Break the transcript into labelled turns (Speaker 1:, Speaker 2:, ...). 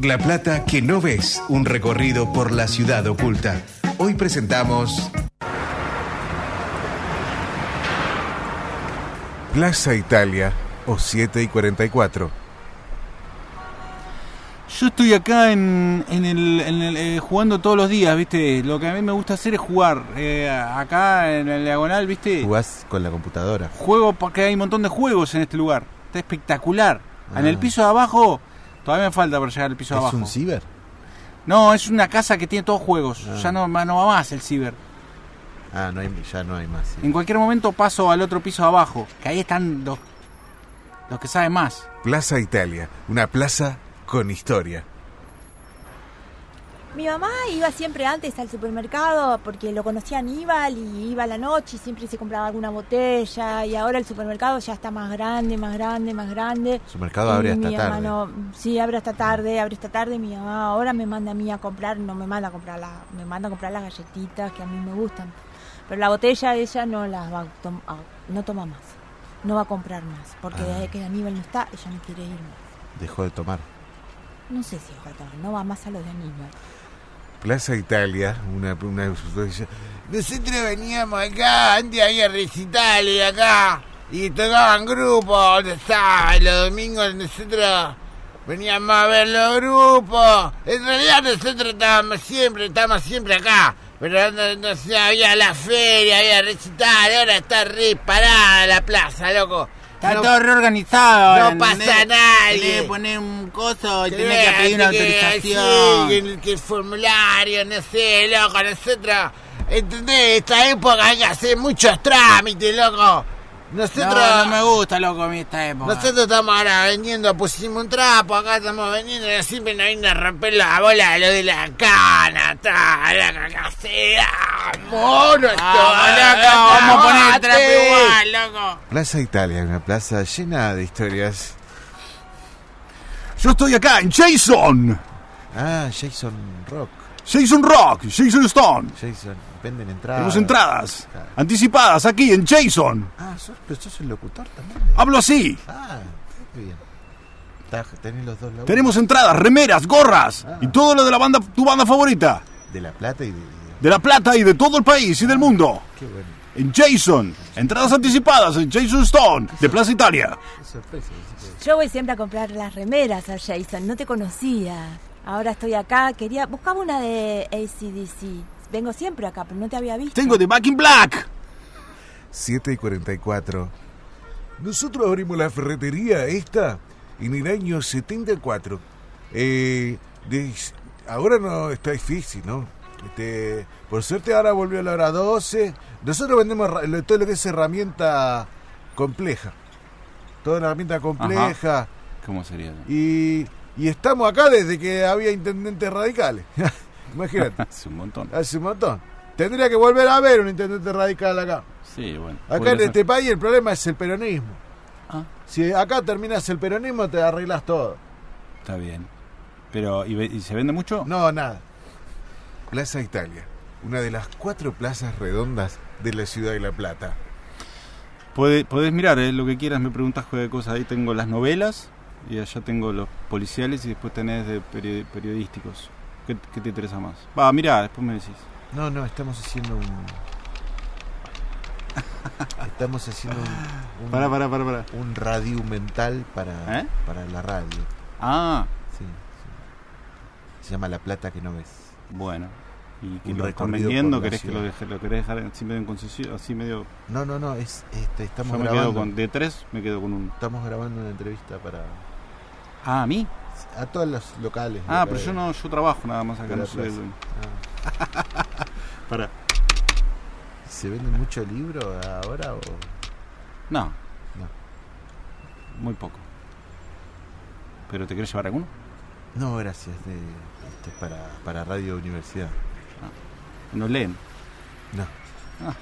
Speaker 1: La plata que no ves, un recorrido por la ciudad oculta. Hoy presentamos Plaza Italia o 7 y 44.
Speaker 2: Yo estoy acá en, en el, en el, eh, jugando todos los días, ¿viste? Lo que a mí me gusta hacer es jugar. Eh, acá en el diagonal, ¿viste?
Speaker 3: Jugás con la computadora.
Speaker 2: Juego porque hay un montón de juegos en este lugar. Está espectacular. En el piso de abajo, todavía me falta para llegar al piso de
Speaker 3: Ah. ¿Es
Speaker 2: abajo.
Speaker 3: un ciber?
Speaker 2: No, es una casa que tiene todos juegos. Ya no, no va más el ciber.
Speaker 3: Ah, no hay, ya no hay más. sí.
Speaker 2: En cualquier momento paso al otro piso de abajo, que ahí están los, los que saben más.
Speaker 1: Plaza Italia, una plaza con historia.
Speaker 4: Mi mamá iba siempre antes al supermercado porque lo conocía Aníbal y iba a la noche y siempre se compraba alguna botella y ahora el supermercado ya está más grande, más grande, más grande.
Speaker 3: Su mercado abre
Speaker 4: Y
Speaker 3: hasta
Speaker 4: mi
Speaker 3: tarde.
Speaker 4: Mamá no- sí, abre hasta tarde, abre hasta tarde. Mi mamá ahora me manda a mí a comprar, no me manda a comprar, la, me manda a comprar las galletitas que a mí me gustan. Pero la botella ella no las va a tom- a- no toma más, no va a comprar más porque
Speaker 3: Ah.
Speaker 4: desde que Aníbal no está ella no quiere ir más.
Speaker 3: Dejó de tomar.
Speaker 4: No sé si es verdad, no va más a los de Aníbal.
Speaker 1: Plaza Italia, una... una
Speaker 3: Nosotros veníamos acá, antes había recitales acá, y tocaban grupos los sábados, los domingos nosotros veníamos a ver los grupos. En realidad nosotros estábamos siempre, estábamos siempre acá, pero no, no sé, había la feria, había recitales, ahora está re parada la plaza, loco.
Speaker 2: Está
Speaker 3: No-
Speaker 2: todo reorganizado.
Speaker 3: no
Speaker 2: ¿entendés?
Speaker 3: pasa nadie.
Speaker 2: Tenés que poner un coso y
Speaker 3: Sí,
Speaker 2: tenés que pedir una
Speaker 3: así que,
Speaker 2: autorización.
Speaker 3: sí, que, que el formulario, no sé, loco, nosotros. ¿Entendés? Esta época hay que hacer muchos trámites, loco. Nosotros.
Speaker 2: No, no me gusta, loco, a mí esta época.
Speaker 3: Nosotros estamos ahora vendiendo, pusimos un trapo, acá estamos vendiendo, y siempre nos vienen a romper la bola lo de la cana, ta, la cacacera, mono, esto,
Speaker 2: Vamos, loco,
Speaker 3: loco,
Speaker 2: vamos a poner el trapo
Speaker 3: mate.
Speaker 2: igual, loco.
Speaker 3: Plaza Italia, una plaza llena de historias.
Speaker 5: Yo estoy acá en Jason.
Speaker 3: Ah, Jason Rock,
Speaker 5: Jason Rock, Jason Stone.
Speaker 3: Jason, venden entradas.
Speaker 5: Tenemos entradas
Speaker 3: Claro.
Speaker 5: anticipadas aquí en Jason.
Speaker 3: Ah, sos, pero sos el locutor también.
Speaker 5: Hablo así.
Speaker 3: Ah, qué bien. Ta- Tenés los dos lados.
Speaker 5: Tenemos entradas, remeras, gorras y todo lo de la banda, tu banda favorita.
Speaker 3: De La Plata y de. y de-
Speaker 5: De La Plata y de todo el país y del mundo.
Speaker 3: Qué bueno.
Speaker 5: En Jason. Entradas anticipadas en Jason Stone de Plaza Italia.
Speaker 3: Qué sorpresa. así
Speaker 4: Yo voy siempre a comprar las remeras a Jason, no te conocía. Ahora estoy acá, quería. Buscaba una de ACDC. Vengo siempre acá, pero no te había visto.
Speaker 5: Tengo de Back in Black.
Speaker 1: 7 y 44. Nosotros abrimos la ferretería esta en el año 74. Eh, des- ahora no está difícil, ¿no? Este, por suerte ahora volvió a la hora 12. Nosotros vendemos ra- lo- todo lo que es herramienta compleja. Toda la herramienta compleja.
Speaker 2: ¿Cómo sería?
Speaker 1: Y, y estamos acá desde que había intendentes radicales. Imagínate,
Speaker 2: Hace un montón.
Speaker 1: hace un montón. Tendría que volver a haber un intendente radical acá.
Speaker 2: Sí, bueno.
Speaker 1: Acá en este país el problema es el peronismo.
Speaker 2: Ah.
Speaker 1: Si acá terminas el peronismo, te arreglas todo.
Speaker 2: Está bien. Pero, ¿y, ve- y se vende mucho?
Speaker 1: No, nada. Plaza Italia, una de las cuatro plazas redondas de la ciudad de La Plata.
Speaker 2: Puede- podés mirar, eh, lo que quieras, me preguntas cualquier cosa. Ahí tengo las novelas y allá tengo los policiales y después tenés de peri- periodísticos. ¿Qué, qué te interesa más? Va, mirá, después me decís.
Speaker 3: que- No, no, estamos haciendo un. Estamos haciendo un. un
Speaker 2: Pará, pará, pará, pará.
Speaker 3: Un radio mental para,
Speaker 2: ¿Eh?
Speaker 3: para la radio.
Speaker 2: Ah,
Speaker 3: Sí, sí. Se llama La Plata que no ves.
Speaker 2: bueno. ¿Y que
Speaker 3: Un
Speaker 2: lo están
Speaker 3: recorrido
Speaker 2: vendiendo?
Speaker 3: por la
Speaker 2: ¿Querés que lo, deje- lo querés dejar así medio en concesión? Así medio...
Speaker 3: No, no, no, es, este,
Speaker 2: Yo
Speaker 3: estamos
Speaker 2: me
Speaker 3: grabando.
Speaker 2: quedo con... De tres me quedo con un...
Speaker 3: Estamos grabando una entrevista para.
Speaker 2: Ah, ¿a mí?
Speaker 3: A todos los locales.
Speaker 2: Ah, pero
Speaker 3: locales.
Speaker 2: yo no, yo trabajo nada más acá.
Speaker 3: De la
Speaker 2: No soy el
Speaker 3: plaza.
Speaker 2: dueño.
Speaker 3: Ah. Para. ¿Se vende mucho libro ahora o.?
Speaker 2: No.
Speaker 3: No.
Speaker 2: Muy poco. ¿Pero te querés llevar alguno?
Speaker 3: No, gracias. de- este, esto es para, para Radio Universidad.
Speaker 2: No leen.
Speaker 3: No.
Speaker 2: Ah.